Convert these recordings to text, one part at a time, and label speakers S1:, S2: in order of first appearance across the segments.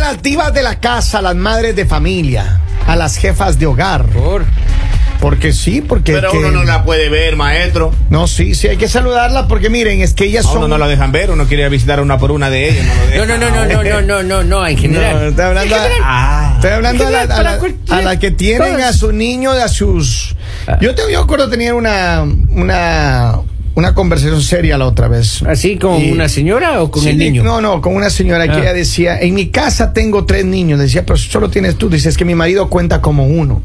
S1: las divas de la casa, a las madres de familia, a las jefas de hogar.
S2: Por.
S1: Porque sí, porque.
S3: Pero
S1: que-
S3: uno no la puede ver, maestro.
S1: No, sí, sí, hay que saludarlas porque miren, es que ellas
S3: A uno
S1: son.
S3: no la dejan ver, uno quiere visitar una por una de ellas. No, lo
S2: No,
S3: dejan.
S2: no, no, no, no, no, no, no, no, en
S1: No,
S2: general.
S1: estoy hablando, a,
S3: Ah.
S1: estoy hablando a la, a la-
S2: Para cualquier
S1: a la que tienen
S2: cosa.
S1: a su niño, a sus.
S3: Ah.
S1: Yo, te, yo acuerdo tener una, una, una conversación seria la otra vez.
S3: Ah,
S2: ¿Así con
S1: Y-
S2: una señora o con
S1: Sí,
S2: el niño?
S1: No, no, con una señora
S2: Ah.
S1: que ella decía, en mi casa tengo tres niños. Decía, pero solo tienes tú. Dice, es que mi marido cuenta como uno.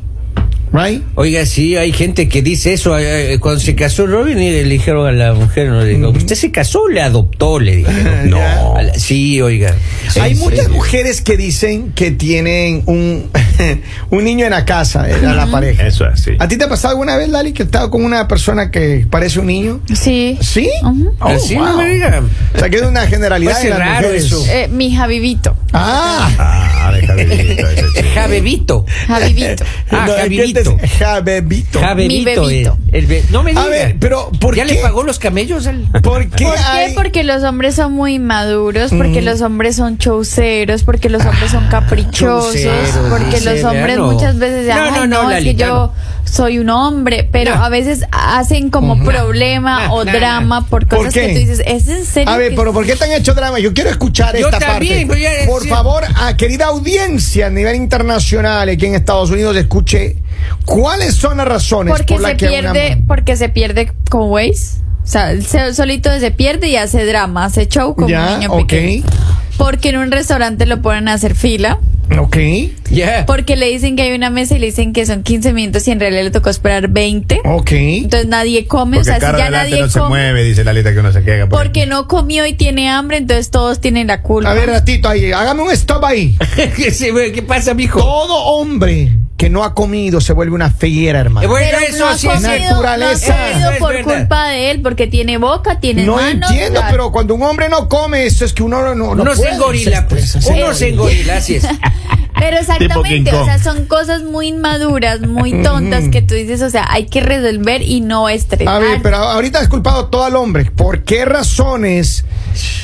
S1: ¿Right?
S2: Oiga, sí, hay gente que dice eso. eh, eh, Cuando se casó Robin, eh, le dijeron a la mujer, no le dijo, ¿usted se casó o le adoptó? Le dijeron.
S1: No.
S2: A la- Sí, oiga.
S1: Hay
S2: Sí,
S1: muchas
S2: sí.
S1: mujeres que dicen que tienen un, un niño en la casa, eh, a la pareja.
S3: Eso es, sí.
S1: ¿A ti te ha pasado alguna vez, Lali, que has estado con una persona que parece un niño?
S4: Sí.
S1: ¿Sí?
S4: Ujú.
S1: Oh,
S2: Así no
S1: wow.
S2: me diga.
S1: O sea, que es una generalidad
S2: Pues
S1: de
S2: es
S1: las
S2: raro
S1: mujeres.
S2: eso.
S4: Eh, mi Javivito.
S1: Ah.
S3: Ah, deja de vivir todo ese chico.
S2: Javebito.
S4: Javivito.
S2: Ah,
S1: No, es que este es
S2: Javibito.
S1: Javebito.
S2: Javebito.
S4: Mi bebito.
S2: eh, el be- no me
S1: A
S2: diga.
S1: ver, pero ¿por
S2: ¿Ya
S1: qué?
S2: le pagó los camellos al.?
S1: ¿Por qué
S4: ¿Por qué?
S1: hay-
S4: Porque los hombres son muy maduros,
S2: Mm.
S4: porque los hombres son chauceros, porque los hombres son caprichosos,
S2: chauceros,
S4: porque
S2: dice,
S4: los hombres
S2: vean, no.
S4: muchas veces dicen,
S2: No,
S4: "Ay,
S2: no, no,
S4: es que
S2: Lalita,
S4: yo soy un hombre, pero
S2: No.
S4: a veces hacen como problema
S2: no,
S4: o
S2: no,
S4: drama
S2: no.
S4: por
S1: ¿Por
S4: cosas que
S1: qué?
S4: tú dices, ¿es en serio?
S1: A ver,
S4: que
S1: pero ¿por qué te han hecho drama? Yo quiero escuchar
S2: Yo
S1: esta
S2: también
S1: parte.
S2: voy a decir-
S1: Por favor, a querida audiencia a nivel internacional aquí en Estados Unidos, escuche cuáles son las razones
S4: porque
S1: por las
S4: se
S1: que una-
S4: pierde, porque se pierde con Waze. O sea, él se- solito se pierde y hace drama, hace show como
S1: Ya,
S4: un niño
S1: ok.
S4: pequeño. Porque en un restaurante lo ponen a hacer fila.
S1: Ok.
S2: Ya.
S4: Porque le dicen que hay una mesa y le dicen que son 15 minutos y en realidad le tocó esperar 20.
S1: Ok.
S4: Entonces nadie come,
S3: Porque
S4: o
S3: el
S4: sea,
S3: carro
S4: si ya
S3: adelante
S4: nadie
S3: no se
S4: come.
S3: mueve, dice la lista que uno se pues. queja. por
S4: Porque
S3: ejemplo.
S4: no comió y tiene hambre, entonces todos tienen la culpa.
S1: A ver, ratito ahí, hágame un stop ahí.
S2: ¿Qué se ve? ¿Qué pasa, mijo?
S1: Todo hombre que no ha comido se vuelve una fiera,
S2: Eh,
S1: hermano.
S2: Bueno,
S4: pero
S2: eso
S4: no ha
S2: sí
S4: comido,
S2: es
S4: no ha
S1: naturaleza.
S4: comido
S2: Eso Ah, es
S4: por
S2: verdad.
S4: culpa de él, porque tiene boca, tiene
S1: No
S4: manos.
S1: entiendo,
S4: o sea,
S1: pero cuando un hombre no come, eso es que uno no, no, no
S2: Uno se
S1: puede.
S2: engorila, pues. Uno se engorila, así es.
S4: Pero
S3: King
S4: exactamente,
S3: Kong.
S4: o sea, son cosas muy inmaduras, muy tontas que tú dices, o sea, hay que resolver y no estresar.
S1: A ver, pero ahorita has culpado todo al hombre. ¿Por qué razones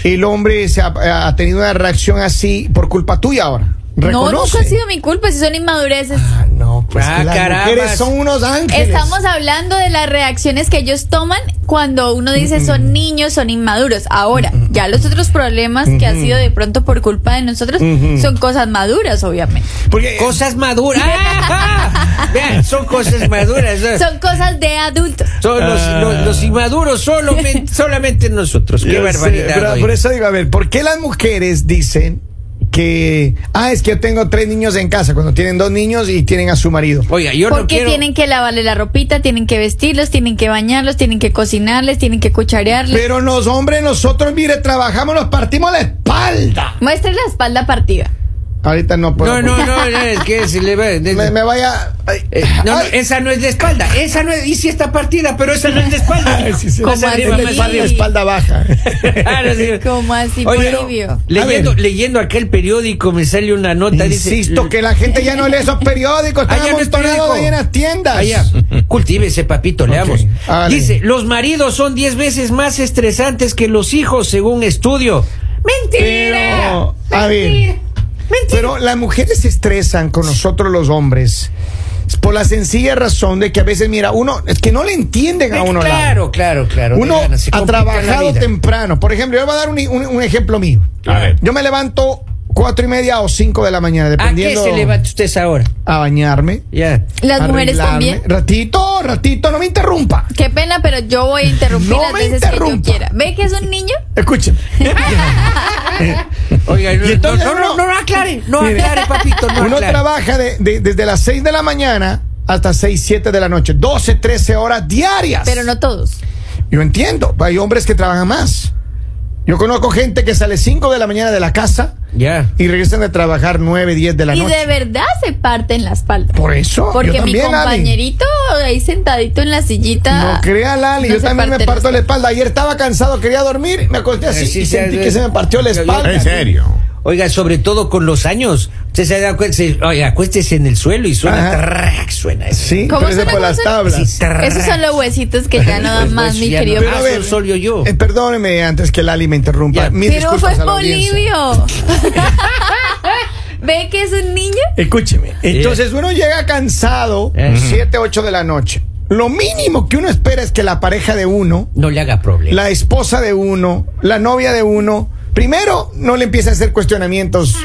S1: el hombre se ha, ha tenido una reacción así por culpa tuya ahora?
S4: no,
S1: Reconoce.
S4: nunca ha sido mi culpa, si son inmadureces.
S1: Ah, no, pues
S2: Ah,
S1: que las
S2: carambas.
S1: mujeres son unos ángeles.
S4: Estamos hablando de las reacciones que ellos toman cuando uno dice son niños, son inmaduros. Ahora, ya los otros problemas que ha sido de pronto por culpa de nosotros son cosas maduras, obviamente.
S1: Porque
S2: Cosas maduras. ¡Ah! Vean, son cosas maduras.
S1: Eh.
S2: ¿no?
S4: Son cosas de adultos.
S2: Son los, los- los inmaduros solamente, solamente nosotros. Qué
S1: Yo Ah. sé,
S2: barbaridad.
S1: pero
S2: oiga.
S1: por eso digo, a ver, ¿por qué las mujeres dicen que ah, es que yo tengo tres niños en casa cuando tienen dos niños y tienen a su marido?
S2: Oiga, yo no
S4: Porque
S2: quiero.
S4: tienen que lavarle la ropita, tienen que vestirlos, tienen que bañarlos, tienen que cocinarles, tienen que cucharearles.
S1: Pero los hombres, nosotros, mire, trabajamos, nos partimos la espalda.
S4: Muestre la espalda partida.
S1: Ahorita no puedo.
S2: No, no, no, no, es que se le va.
S1: Me, me vaya. ay,
S2: Eh, no, no,
S1: ay.
S2: esa no es de espalda. Esa no es. Y si está partida, pero esa no es de espalda.
S1: Sí, sí,
S2: Más
S4: ¿Cómo
S2: arriba,
S4: así?
S2: más
S1: espalda,
S2: arriba.
S1: espalda baja.
S2: Claro, sí.
S4: Como así,
S2: Oye,
S4: Polibio?
S2: Leyendo,
S1: A ver.
S2: leyendo aquel periódico me sale una nota.
S1: Insisto
S2: dice,
S1: que la gente ya no lee esos periódicos, están
S2: Allá no es
S1: amontonados
S2: periódico.
S1: ahí en las tiendas.
S2: Allá, cultívese, papito, leamos.
S1: hágale.
S2: Dice, los maridos son 10 veces más estresantes que los hijos, según estudio. ¡Mentira!
S1: Pero, a ver.
S2: Mentira. Mentira.
S1: Pero las mujeres se estresan con nosotros los hombres por la sencilla razón de que a veces, mira, uno es que no le entienden a uno. Lalo.
S2: Eh, claro, claro, claro.
S1: Uno
S2: Diana, se
S1: ha
S2: complica la
S1: trabajado
S2: vida.
S1: temprano. Por ejemplo, yo voy a dar un, un- un ejemplo mío.
S3: A ver.
S1: Yo me levanto cuatro y media o cinco de la mañana,
S2: ¿A qué
S1: dependiendo
S2: se levanta usted ahora?
S1: a bañarme.
S2: Ya.
S4: Las mujeres
S1: arreglarme.
S4: también.
S1: Ratito, ratito, no me interrumpa.
S4: Qué pena, pero yo voy a interrumpir
S1: No
S4: las
S1: me
S4: veces que yo
S1: interrumpa.
S4: quiera. ¿Ve que es un niño?
S1: Escúcheme.
S2: Oiga, no,
S1: Y entonces
S2: no, no,
S1: uno-
S2: no, no aclare, no
S1: Mire,
S2: aclare, papito, no
S1: Uno
S2: aclare.
S1: trabaja de- de- desde las 6 de la mañana hasta 6, 7 de la noche. 12, 13 horas diarias.
S4: Pero no todos.
S1: Yo entiendo, hay hombres que trabajan más. Yo conozco gente que sale 5 de la mañana de la casa
S2: Ya.
S1: y regresan de trabajar 9, 10 de la
S4: Y
S1: noche.
S4: de verdad se parten la espalda.
S1: Por eso,
S4: Porque
S1: yo
S4: mi
S1: también, Lali.
S4: compañerito ahí sentadito en la sillita.
S1: No crea, Lali,
S4: no
S1: yo
S4: se
S1: también me
S4: parte
S1: parto la espalda. Ayer estaba cansado, quería dormir, me acosté así
S2: Eh, Sí,
S1: y
S2: sí,
S1: sentí
S2: sí.
S1: que se me partió la
S2: Yo- yo-
S1: espalda.
S3: ¿En serio?
S2: Oiga, sobre todo con los años. Usted se da cuenta, se- oiga, acuéstese en el suelo y suena,
S1: Ajá.
S2: tarrac, suena eso.
S1: Sí,
S4: ¿Cómo
S1: pero eso
S4: suena,
S1: por
S4: cómo
S1: las
S4: suena?
S1: tablas.
S2: Sí, tarrac.
S4: Esos son los huesitos que ya no dan más,
S2: Pues
S4: mi
S2: ya
S4: querido.
S2: no.
S1: Pero
S2: Ah,
S1: a ver,
S2: son solo yo.
S1: eh, perdóneme antes que Lali me interrumpa.
S2: Ya.
S1: Mis
S4: Pero
S1: disculpas
S4: fue
S1: a la audiencia.
S4: Polivio. ve que es un niño.
S1: Escúcheme. Entonces uno llega cansado,
S2: Eh.
S1: 7, 8 de la noche. Lo mínimo que uno espera es que la pareja de uno,
S2: No le haga problema.
S1: la esposa de uno, la novia de uno, primero no le empiece a hacer cuestionamientos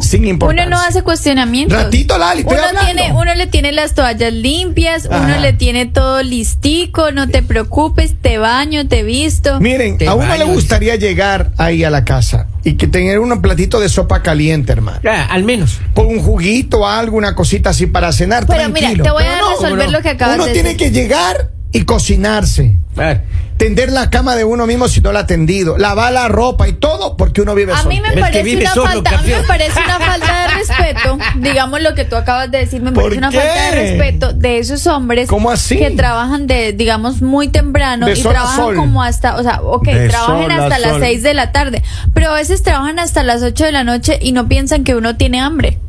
S1: sin
S4: Uno
S1: importancia.
S4: no hace cuestionamientos.
S1: Ratito, Lali, estoy
S4: uno,
S1: hablando.
S4: tiene, uno le tiene las toallas limpias,
S1: Ajá.
S4: uno le tiene todo listico, no te preocupes, te baño, te visto.
S1: Miren,
S2: Te
S1: a uno le
S2: baño,
S1: gustaría llegar ahí a la casa y que tener un platito de sopa caliente, hermano.
S2: Ah, al menos.
S1: Por un juguito, algo, una cosita así para cenar.
S4: Pero mira,
S1: tranquilo.
S4: te voy a
S1: Pero no,
S4: resolver
S1: uno-
S4: lo que acabas
S1: Uno
S4: de
S1: tiene
S4: decir.
S1: que llegar y cocinarse.
S2: Ah,
S1: Tender la cama de uno mismo si no la ha tendido. Lavar la ropa y todo porque uno vive
S4: A
S1: solo.
S4: mí me
S2: que
S4: parece
S2: vive
S4: una
S2: solo,
S4: falta, a mí me
S2: campeón.
S4: parece una falta de respeto, digamos lo que tú acabas de decir, me
S1: ¿Por
S4: parece una
S1: qué?
S4: falta de respeto de esos hombres
S1: ¿Cómo así?
S4: que trabajan de, digamos, muy temprano
S1: De
S4: y
S1: sol a
S4: trabajan
S1: sol.
S4: como hasta, o sea, ok,
S3: De
S4: trabajan
S3: sol a
S4: hasta las
S3: sol.
S4: 6 de la tarde, pero a veces trabajan hasta las 8 de la noche y no piensan que uno tiene hambre.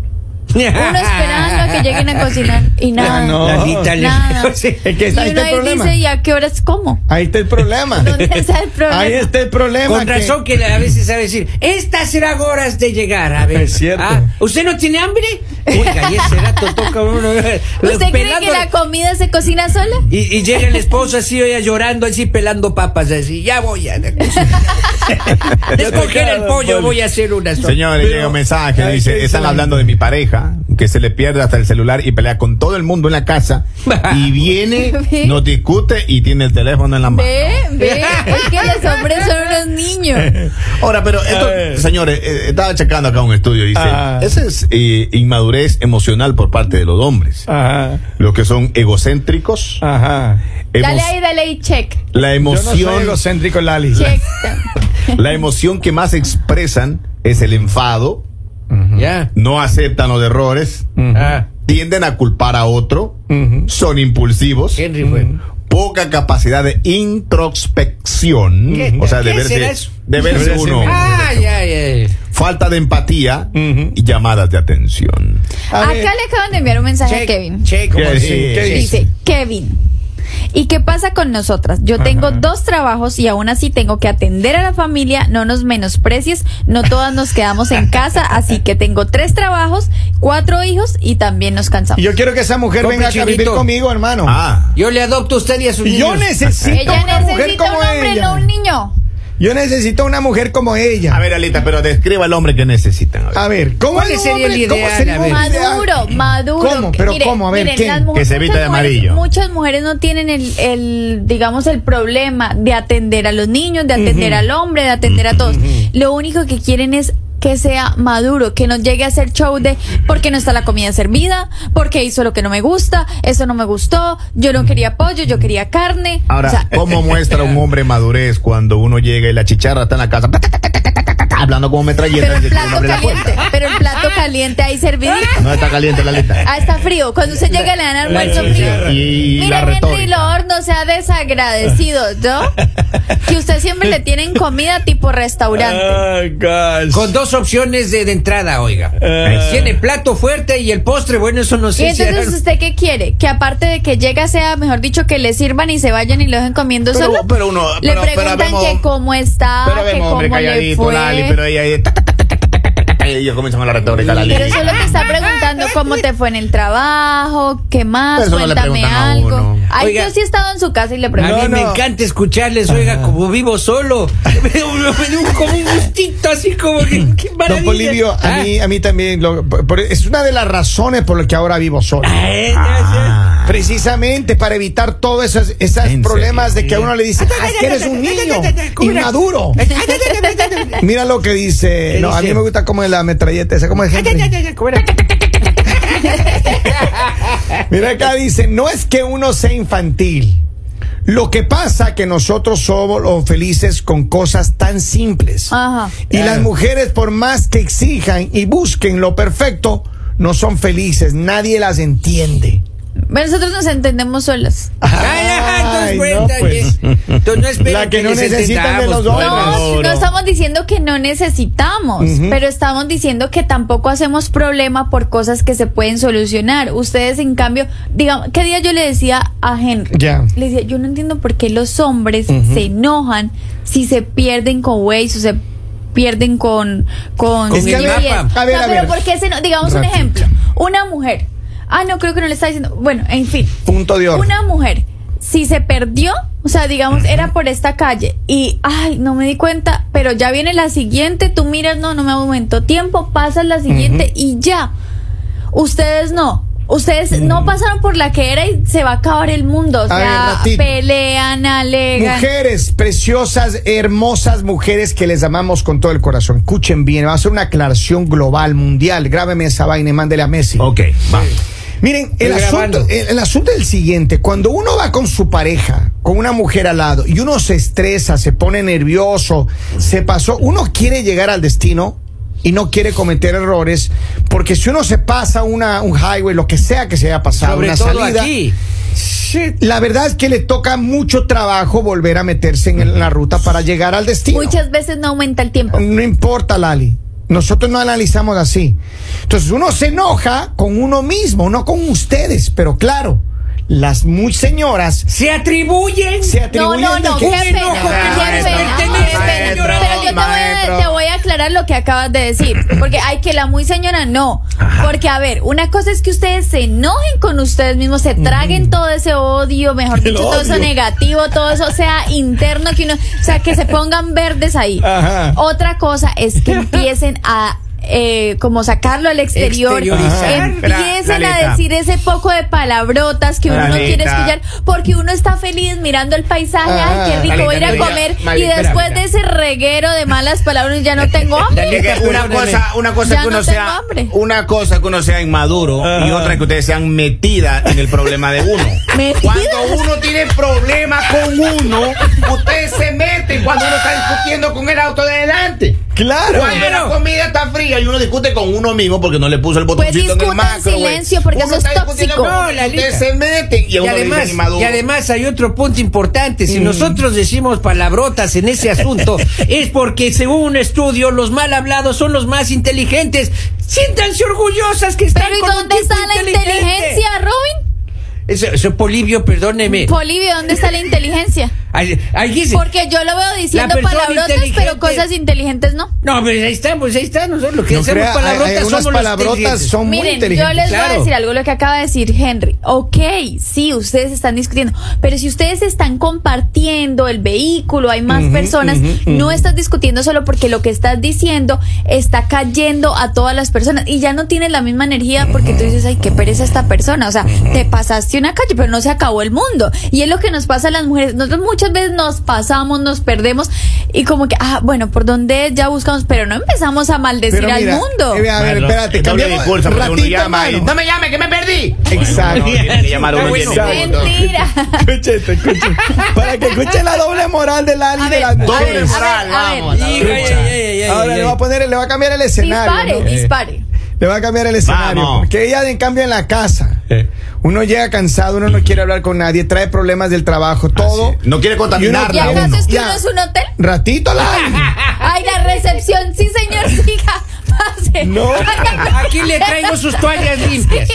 S4: Uno esperando a que lleguen a cocinar y nada.
S1: Ah, no.
S2: Lalita le-
S4: Nada.
S2: Sí.
S1: Es que
S4: Y
S1: ahí
S4: uno
S1: está el
S4: ahí
S1: problema.
S4: dice, ¿y a qué horas como?
S1: Ahí está el problema.
S4: ¿Dónde está el problema?
S1: Ahí está el problema.
S2: Con
S1: que-
S2: razón que a veces sabe decir, estas serán horas de llegar. A ver,
S1: Es cierto.
S2: Ah, ¿Usted no tiene hambre? Oiga, y ese rato toca uno.
S4: ¿Usted cree que
S2: pelando-
S4: la comida se cocina sola?
S2: y, y llega el esposo así, oye, llorando, así pelando papas, así, ya voy a. Descoger el pollo, voy a hacer una sopa.
S3: Señores, llega un mensaje,
S1: Ay,
S3: dice,
S1: qué
S3: están
S1: sueño.
S3: hablando de mi pareja, que se le pierde hasta el celular y pelea con todo el mundo en la casa, y viene,
S4: Ve.
S3: nos discute y tiene el teléfono en la mano.
S4: Ve, ve, es que los hombres son unos niños.
S3: Ahora, pero esto,
S1: ver.
S3: señores, eh, estaba checando acá un estudio, dice,
S1: Ah.
S3: esa es eh, inmadurez emocional por parte de los hombres,
S1: Ajá,
S3: los que son egocéntricos,
S1: ajá.
S4: Dale
S3: emo-
S4: ahí, dale ahí, check.
S3: la
S1: Yo no soy
S3: emoción,
S1: egocéntrico, Lali.
S4: Check.
S3: la emoción que más expresan es el enfado,
S2: Ya.
S3: no aceptan los errores,
S2: Ah,
S3: tienden a culpar a otro,
S1: Ujú.
S3: son impulsivos,
S2: Henry, güey.
S3: poca capacidad de introspección,
S2: ¿Qué-
S3: o sea, de
S2: qué será
S3: verse,
S2: eso?
S3: de
S1: Debería
S3: verse
S1: ser
S3: uno,
S1: bien.
S2: Ah, ya, ya. ya.
S3: falta de empatía
S1: Ujú.
S3: y llamadas de atención.
S1: A
S4: Acá
S1: ver.
S4: le acaban de enviar un mensaje a
S2: Check,
S4: Kevin.
S2: check,
S3: ¿Qué
S2: ¿cómo
S3: dice?
S2: así?
S3: ¿Qué
S2: Sí,
S1: dice?
S2: sí.
S4: Dice, Kevin. ¿Y qué pasa con nosotras? Yo tengo dos trabajos y aún así tengo que atender a la familia, no nos menosprecies, no todas nos quedamos en casa, así que tengo tres trabajos, cuatro hijos y también nos cansamos.
S1: Y yo quiero que esa mujer
S2: Compre
S1: venga acá a vivir
S2: chiquito.
S1: conmigo, hermano.
S3: Ah,
S2: Yo le adopto a usted y a su
S1: Y
S2: niño.
S1: yo necesito
S4: Ella
S1: una mujer
S4: necesita un
S1: como
S4: hombre,
S1: ella.
S4: no un niño.
S1: Yo necesito una mujer como ella.
S3: a ver, Alita, pero describa al hombre que necesitan. a ver.
S1: A ver, ¿cómo
S2: ¿Cuál
S1: es un
S2: sería el
S1: hombre? ¿Cómo
S2: ideal?
S1: sería
S2: A
S1: un
S2: ver.
S1: ideal?
S4: Maduro, maduro.
S1: ¿Cómo?
S4: Que-
S1: ¿Pero cómo? A ver,
S4: miren,
S1: ¿quién?
S4: las mujeres-
S3: Que se vista de
S4: muchas mujeres-
S3: amarillo.
S4: muchas mujeres no tienen el, el, digamos, el problema de atender a los niños, de atender al hombre, de atender a todos. Lo único que quieren es que sea maduro, que no llegue a hacer show de por qué no está la comida servida, porque hizo lo que no me gusta, eso no me gustó, yo no quería pollo, yo quería carne.
S3: Ahora,
S4: O sea,
S3: ¿cómo muestra un hombre madurez cuando uno llega y la chicharra está en la casa? Hablando como metralleta.
S4: pero el
S3: dice que uno
S4: plato
S3: abre la puerta.
S4: caliente, pero el plato caliente ahí servidito.
S3: No está caliente la
S4: Ah,
S3: Alita.
S4: está frío. Cuando usted llega le dan almuerzo frío.
S3: Y la
S4: Mire, Henry
S3: retórica.
S4: Lord, no sea desagradecido, ¿no? Que usted siempre le tienen comida tipo
S3: Ah,
S4: restaurante.
S1: Oh
S2: Con dos opciones de, de entrada, oiga.
S1: Eh.
S2: Tiene plato fuerte y el postre, bueno, eso no
S4: Y
S2: sé si
S4: entonces,
S2: era-
S4: ¿usted qué quiere? Que aparte de que llega sea, mejor dicho, que le sirvan y se vayan y lo dejen comiendo
S3: Pero-
S4: solo.
S3: pero uno-
S4: le
S3: pero- pero
S4: preguntan
S3: vemos-
S4: que cómo está,
S3: Pero
S4: que
S3: vemos,
S4: cómo
S3: hombre,
S4: le
S3: calladito,
S4: fue.
S3: Lali, pero ella ahí. ta, ta, ta, ta, ta, ta, ta, ta, ta, Y yo comenzamos la Ah. retórica, Lali.
S4: Pero solo te está preguntando cómo te fue en el trabajo, qué más,
S3: Pero eso no le
S4: cuéntame
S3: preguntan a
S4: algo.
S3: uno.
S4: Ay,
S2: Oiga.
S4: yo sí he estado en su casa y le
S2: A
S4: pregunto.
S1: No,
S2: mí me
S1: no.
S2: encanta escucharles, oiga, como vivo solo. Me dio un- me dio un- como un gustito, así como que qué maravilla.
S1: Don Polivio, a
S2: Ah.
S1: mí, a mí también lo- por- por- es una de las razones por las que ahora vivo solo.
S2: Ah, eh,
S3: Ah.
S1: Precisamente para evitar todos esos, esos
S3: ¿En
S1: problemas de que a uno le dice,
S2: ya,
S1: "Ah, es que
S2: ya,
S1: eres
S2: ya,
S1: un
S2: ya, ya,
S1: niño
S2: ya, ya, ya, ¿cómo era?
S1: inmaduro.
S2: ya, ya. Ah, ya, ya, ya, ya, ya.
S1: Mira lo que dice.
S2: ¿Qué
S1: No, a mí
S2: dice?
S1: me gusta como la metralleta esa, como es
S2: Ah, ya,
S1: Henry.
S2: ya, ya, ya, ¿cómo era?
S1: Mira acá dice, no es que uno sea infantil. Lo que pasa que nosotros somos los felices con cosas tan simples.
S4: Ajá.
S1: Y las mujeres por más que exijan y busquen lo perfecto, no son felices, nadie las entiende.
S4: Bueno, Nosotros nos entendemos solas.
S2: Ah, ya, entonces,
S1: Ay,
S2: bueno,
S1: no, pues.
S2: que- entonces no esperen
S1: La que no
S2: les
S1: necesitan de
S2: entendamos,
S1: los dos.
S2: pues.
S4: No,
S3: Maduro.
S4: no estamos diciendo que no necesitamos,
S1: Ujú.
S4: pero estamos diciendo que tampoco hacemos problema por cosas que se pueden solucionar. Ustedes, en cambio, digamos, ¿qué día yo le decía a Henry?
S1: Ya.
S4: Le decía, yo no entiendo por qué los hombres se enojan si se pierden con Waze o se pierden con con
S2: Con el
S4: Juliet.
S2: mapa.
S1: A ver,
S4: No,
S1: a
S4: pero
S1: ver.
S4: porque ese no- digamos un
S1: Ratito.
S4: ejemplo, una mujer. Ah, no creo que no le está diciendo. Bueno, en fin.
S1: Punto de orden.
S4: Una mujer si se perdió, o sea, digamos era por esta calle y ay, no me di cuenta, pero ya viene la siguiente, tú miras, no, no me aumentó tiempo, pasas la siguiente y ya. Ustedes no. Ustedes no pasaron por la que era y se va a acabar el mundo. O
S1: Mm. A ver,
S4: sea,
S1: ratito.
S4: pelean, alegan.
S1: Mujeres, preciosas, hermosas mujeres que les amamos con todo el corazón. Escuchen bien, va a ser una aclaración global, mundial. Grábeme esa vaina y mándele a Messi.
S3: Ok, va.
S1: Miren, el
S2: Estoy
S1: asunto,
S2: grabando.
S1: el, el asunto es el siguiente. Cuando uno va con su pareja, con una mujer al lado, y uno se estresa, se pone nervioso, se pasó, uno quiere llegar al destino y no quiere cometer errores, porque si uno se pasa una, un highway, lo que sea que se haya pasado,
S2: Sobre
S1: una
S2: todo
S1: salida,
S2: aquí.
S1: la verdad es que le toca mucho trabajo volver a meterse en la ruta para llegar al destino.
S4: Muchas veces no aumenta el tiempo.
S1: No importa, Lali. Nosotros no analizamos así. Entonces uno se enoja con uno mismo, no con ustedes. Pero claro, las muy señoras
S2: Se atribuyen.
S1: se atribuyen
S4: no, no,
S1: de
S4: no,
S1: que-
S4: qué pena,
S2: enojo que
S4: qué
S2: tienes,
S4: pena,
S2: no
S4: qué
S2: tenés,
S4: pena.
S2: maestro,
S4: Pero yo te voy, a,
S3: maestro.
S4: te voy a aclarar lo que acabas de decir, porque hay que la muy señora no, porque a ver, una cosa es que ustedes se enojen con ustedes mismos, se traguen todo ese odio, mejor dicho, todo eso
S1: odio.
S4: negativo, todo eso sea interno que uno, o sea, que se pongan verdes ahí.
S1: Ajá.
S4: Otra cosa es que empiecen a eh, como sacarlo al exterior,
S2: Exteriorizar.
S4: que
S3: Espera,
S4: empiecen a
S3: Lalita.
S4: decir ese poco de palabrotas que uno no quiere
S3: Lalita.
S4: escuchar porque uno está feliz mirando el paisaje,
S1: Ah,
S4: ay, qué rico,
S3: Lalita,
S4: voy a ir a
S3: Lalita,
S4: comer y
S3: Lalita,
S4: después
S3: Lalita.
S4: de ese reguero de malas palabras ya no tengo hambre.
S3: Porque una
S2: perdóneme.
S3: cosa, una cosa
S4: Ya
S3: que uno
S4: no tengo
S3: sea,
S4: hambre.
S3: una cosa que uno sea inmaduro y otra que ustedes sean metidas en el problema de uno.
S4: Metidas.
S3: Cuando uno tiene problemas con uno, ustedes se meten cuando uno está discutiendo con el auto de delante.
S1: Claro.
S3: Cuando la comida está fría y uno discute con uno mismo porque no le puso el botoncito en
S4: discutan
S3: el macro.
S4: Pues en
S3: güey.
S4: silencio porque
S3: Uno
S4: eso es
S3: está discutiendo
S4: tóxico.
S3: con
S2: No,
S3: uno,
S2: Lalita.
S3: ustedes se meten y, a
S2: Y
S3: uno le dicen
S2: además,
S3: inmaduro.
S2: y además hay otro punto importante.
S1: Mm.
S2: Si nosotros decimos palabrotas en ese asunto, es porque según un estudio, los mal hablados son los más inteligentes. Siéntanse orgullosas que están
S4: Pero ¿y
S2: con un
S4: dónde
S2: tipo
S4: está la
S2: inteligente.
S4: inteligencia, Robin?
S2: Eso, eso, Polibio, perdóneme.
S4: Polivio, ¿dónde está la inteligencia?
S2: Ahí- ahí dice-
S4: Porque yo lo veo diciendo
S2: persona
S4: palabrotas, pero
S2: inteligente-
S4: cosas inteligentes no.
S2: No, pero ahí estamos, ahí está. Nosotros lo que
S1: No
S2: hacemos
S1: crea, hay-
S2: palabrotas
S1: hay unas
S2: somos los
S1: palabrotas
S2: inteligentes.
S1: son muy
S4: Miren, yo
S1: inteligentes.
S4: les voy a
S2: Claro.
S4: decir algo lo que acaba de decir Henry. Ok, sí, ustedes están discutiendo, pero si ustedes están compartiendo el vehículo, hay más personas, no estás discutiendo solo porque lo que estás diciendo está cayendo a todas las personas y ya no tienes la misma energía porque tú dices, ay, qué pereza esta persona. O sea, te pasaste una calle, pero no se acabó el mundo. Y es lo que nos pasa a las mujeres. Nosotros muchas veces nos pasamos, nos perdemos y como que, ah, bueno, ¿por dónde es? ya buscamos? Pero no empezamos a maldecir
S1: Pero mira,
S4: al mundo.
S1: eh, A ver,
S3: Bueno,
S1: espérate,
S3: el doble
S1: cambiamos-
S3: discurso, porque uno
S1: ratito,
S3: llama y,
S1: hermano.
S3: no me llame que me perdí.
S1: Exacto.
S3: Bueno, tiene que llamar a uno
S4: Pues
S2: Está
S3: y
S2: bueno.
S3: tiene que-
S4: Mentira.
S1: Escuchen esto, escuchen. Para que escuchen la doble moral de Lali y de las
S3: doble
S1: mujeres.
S3: moral, vamos,
S4: ver.
S2: Ay, ay, ay, ay, ay,
S1: Ahora
S2: ay.
S1: le va a poner, le va a cambiar el escenario.
S4: Dispare,
S1: ¿no? Eh,
S4: dispare.
S1: Le va a cambiar el escenario.
S3: Vamos.
S1: Porque ella, en cambio, en la casa.
S2: Eh.
S1: Uno llega cansado, uno no quiere hablar con nadie, trae problemas del
S2: Ah,
S1: trabajo, todo.
S3: No quiere
S4: ¿Y
S1: Ya,
S3: contaminarla.
S4: acaso
S1: uno.
S4: es que
S1: Eh. Ya.
S4: uno es un hotel?
S1: Ratito, la.
S4: Ay, la recepción. Sí, señor, siga. Pase.
S1: No.
S2: Aquí le traigo sus toallas limpias.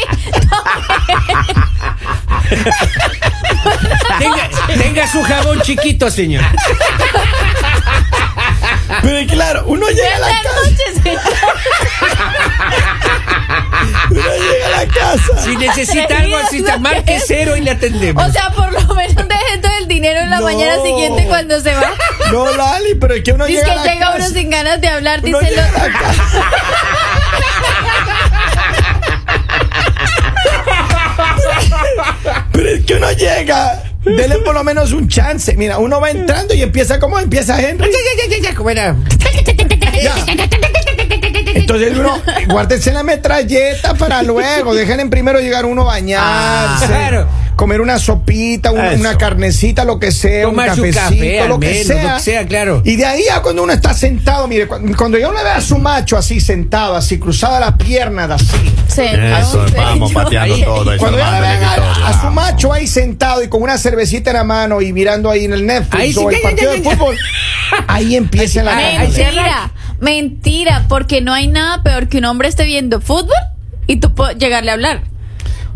S2: tenga, tenga su jabón chiquito, señor.
S1: Pero y claro, uno llega a la
S4: Buenas
S1: casa,
S4: noches, señor.
S1: uno llega a la casa.
S2: Si necesita algo así, marque cero y le atendemos.
S4: O sea, por lo menos deje todo el dinero en la
S1: No.
S4: mañana siguiente cuando se va.
S1: No, Lali, pero es que uno
S4: Dice
S1: llega a la
S4: que llega
S1: casa.
S4: uno sin ganas de hablar,
S1: uno
S4: dice
S1: llega a
S4: lo.
S1: la casa. Pero es que uno llega, dele por lo menos un chance. Mira, uno va entrando y empieza como empieza Henry.
S2: Ya, ya, ya, ya, ya, ¿cómo era?
S1: Ya. Entonces uno, guárdese la metralleta para luego. Dejen en primero llegar uno a bañarse.
S2: Ah, claro.
S1: Comer una sopita, un-
S3: Eso.
S1: una carnecita, lo que sea,
S2: Tomar
S1: un
S2: su
S1: cafecito,
S2: café,
S1: lo, que
S2: al menos,
S1: sea.
S2: lo que sea, claro.
S1: Y de ahí a cuando uno está sentado, mire, cu- cuando, yo le veo a su macho así sentado, así cruzada las piernas, así.
S4: Señor,
S3: Eso, vamos
S4: señor.
S3: pateando todo eso.
S1: Cuando yo le
S3: hermano,
S1: veo
S3: tiene que todo,
S1: a, a su
S3: vamos.
S1: macho ahí sentado y con una cervecita en la mano y mirando ahí en el Netflix
S2: Ahí sí,
S1: o el
S2: ya, ya,
S1: partido
S2: ya, ya.
S1: de fútbol, ahí empieza la
S2: Ahí-
S1: gana.
S2: ahí se
S4: Mentira, mentira, porque no hay nada peor que un hombre esté viendo fútbol y tú po- llegarle a hablar.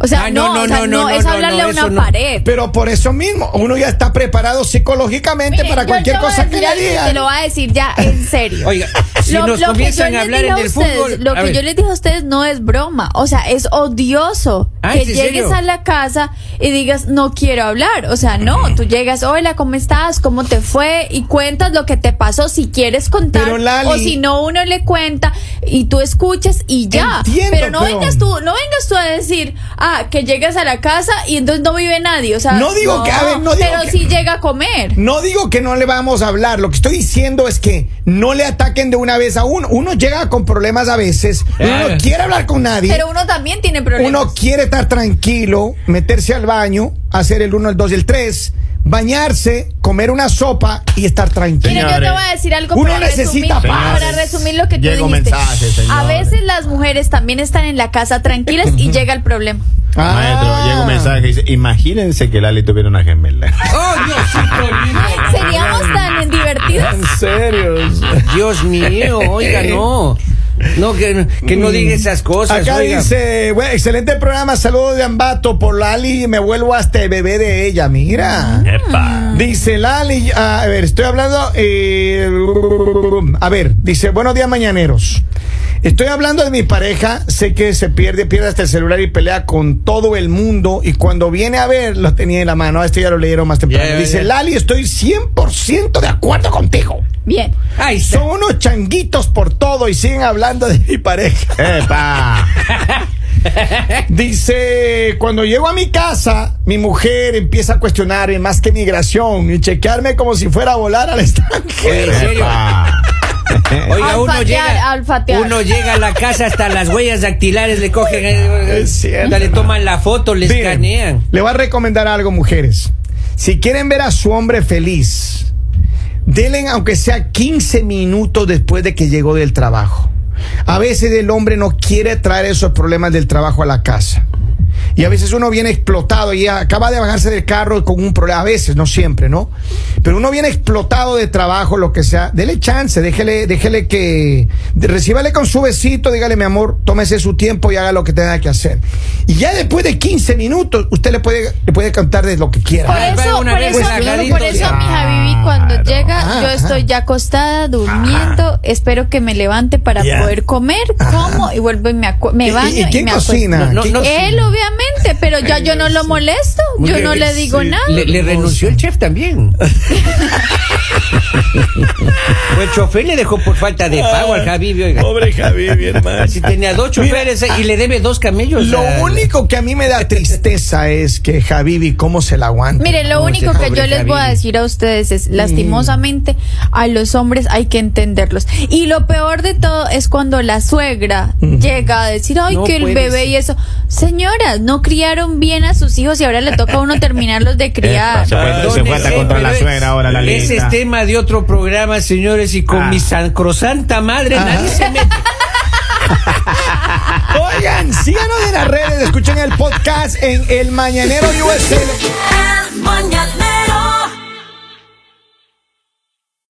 S4: O sea,
S2: Ah,
S4: no, o sea, no, es hablarle a
S2: eso
S4: una
S2: no.
S4: pared.
S1: Pero por eso mismo, uno ya está preparado psicológicamente
S4: Mire,
S1: para
S4: yo
S1: cualquier
S4: te voy a
S1: cosa que
S4: decir
S1: le
S4: algo Te
S1: digan.
S4: lo voy a decir ya en serio.
S2: Oiga, si nos comienzan a
S4: les
S2: hablar
S4: dije
S2: en
S4: a
S2: el
S4: ustedes,
S2: fútbol.
S4: Lo
S2: a
S4: que
S2: ver.
S4: yo les dije a ustedes no es broma. O sea, es odioso
S2: Ah,
S4: que
S2: ¿es en
S4: llegues
S2: serio?
S4: a la casa y digas, no quiero hablar. O sea, no,
S1: Mm.
S4: tú llegas, hola, ¿cómo estás? ¿Cómo te fue? Y cuentas lo que te pasó si quieres contar.
S1: Pero, Lali-
S4: o si no, uno le cuenta y tú escuchas y ya.
S1: Entiendo,
S4: pero no
S1: pero-
S4: vengas tú, no vengas tú a decir, ah, que llegas a la casa y entonces no vive nadie. O sea,
S1: No digo que- a ver, no digo
S4: Pero
S1: que-
S4: si llega a comer.
S1: No digo que no le vamos a hablar, lo que estoy diciendo es que no le ataquen de una vez a uno. Uno llega con problemas a veces, uno
S2: Claro.
S1: no quiere hablar con nadie.
S4: Pero uno también tiene problemas.
S1: Uno quiere estar tranquilo, meterse al baño, hacer el 1, el 2 y el 3, bañarse, comer una sopa y estar
S4: Mire,
S1: tranquilo.
S4: yo te voy a decir algo
S1: Uno
S4: para resumir,
S1: necesita paz.
S4: para resumir lo que tú
S5: Llega un
S4: dijiste.
S5: mensaje, señores.
S4: a veces las mujeres también están en la casa tranquilas y llega el problema.
S1: Ah.
S5: Maestro, llega un mensaje que dice, imagínense que Lali tuviera una gemela.
S2: ¡Oh, Diosito lindo!
S4: Ay, Seríamos tan divertidos. ah,
S1: serio.
S2: Dios mío, oiga, no. No, que, que no diga esas cosas.
S1: Mm. Acá
S2: oiga.
S1: dice, "Bueno, excelente programa, saludos de Ambato por Lali, me vuelvo hasta el bebé de ella, mira.
S5: Epa.
S1: Dice Lali, ah, a ver, estoy hablando, eh, a ver, dice, buenos días mañaneros. Estoy hablando de mi pareja, sé que se pierde, pierde hasta el celular y pelea con todo el mundo y cuando viene a ver, lo tenía en la mano, Ah, esto ya lo leyeron más temprano.
S2: Ya, ya,
S1: dice,
S2: ya.
S1: Lali, estoy 100% de acuerdo contigo.
S4: Bien.
S2: Ahí está.
S1: Son unos changuitos por todo y siguen hablando de mi pareja.
S5: Epa.
S1: Dice, cuando llego a mi casa, mi mujer empieza a cuestionarme más que migración y chequearme como si fuera a volar al extranjero.
S2: ¿En serio?
S5: Epa.
S2: Oiga, uno
S4: Alfatear,
S2: llega,
S4: alfatear.
S2: uno llega a la casa hasta las huellas dactilares le cogen, eh,
S1: Es cierto.
S2: le toman la foto, le
S1: Miren,
S2: escanean.
S1: Le voy a recomendar algo, mujeres. Si quieren ver a su hombre feliz, denle aunque sea 15 minutos después de que llegó del trabajo. A veces el hombre no quiere traer esos problemas del trabajo a la casa. Y a veces uno viene explotado y acaba de bajarse del carro con un problema. A veces, no siempre, ¿no? Pero uno viene explotado de trabajo, lo que sea. Dele chance, déjele, déjele que. de- Recíbale con su besito, dígale, mi amor, tómese su tiempo y haga lo que tenga que hacer. Y ya después de 15 minutos, usted le puede, le puede cantar de lo que quiera.
S4: Por
S2: Ay, va
S4: eso,
S2: una
S4: por
S2: vez
S4: eso,
S2: relajadito,
S4: por eso
S2: ya.
S4: mi Javivi cuando
S5: Claro.
S4: llega,
S1: Ajá,
S4: yo estoy ya acostada, durmiendo, espero que me levante para
S5: Ya.
S4: poder comer, como y vuelvo y me, acu-
S1: ¿Y-
S4: me
S1: y-
S4: baño y,
S1: ¿Y, quién
S4: me acuesto.
S1: cocina?
S2: No, no,
S1: ¿Quién-
S2: no.
S4: Él obviamente, pero ya yo no lo molesto, yo
S2: Porque
S4: no le
S2: sí,
S4: digo nada.
S2: Le, le renunció el chef también. O el chofer le dejó por falta de pago
S1: Ah,
S2: al Javi, oiga.
S5: Pobre Javi, mi hermano.
S2: Si tenía dos choferes eh, y le debe dos camellos.
S1: Lo
S2: a-
S1: único que a mí me da tristeza es que Javivi, ¿cómo se la aguanta?
S4: Mire, lo
S2: Como
S4: único
S2: ese
S4: que
S2: pobre
S4: yo les voy a
S2: Javi.
S4: decir a ustedes es, lastimosamente, a los hombres hay que entenderlos. Y lo peor de todo es cuando la suegra llega a decir, ay,
S2: No
S4: que el
S2: puede
S4: bebé
S2: ser.
S4: y eso. Señoras, no criaron bien a sus hijos y ahora le toca a uno terminarlos de
S5: Epa,
S4: criar.
S5: se fue, se fue hasta contra la suegra ahora, la
S2: Ese eh, es
S5: lista.
S2: tema de otro programa, señores, y con
S5: Ah.
S2: mi sacrosanta madre
S1: Ah.
S2: nadie se mete.
S1: Oigan, síganos en las redes, escuchen el podcast en El Mañanero USA.
S6: El mañanero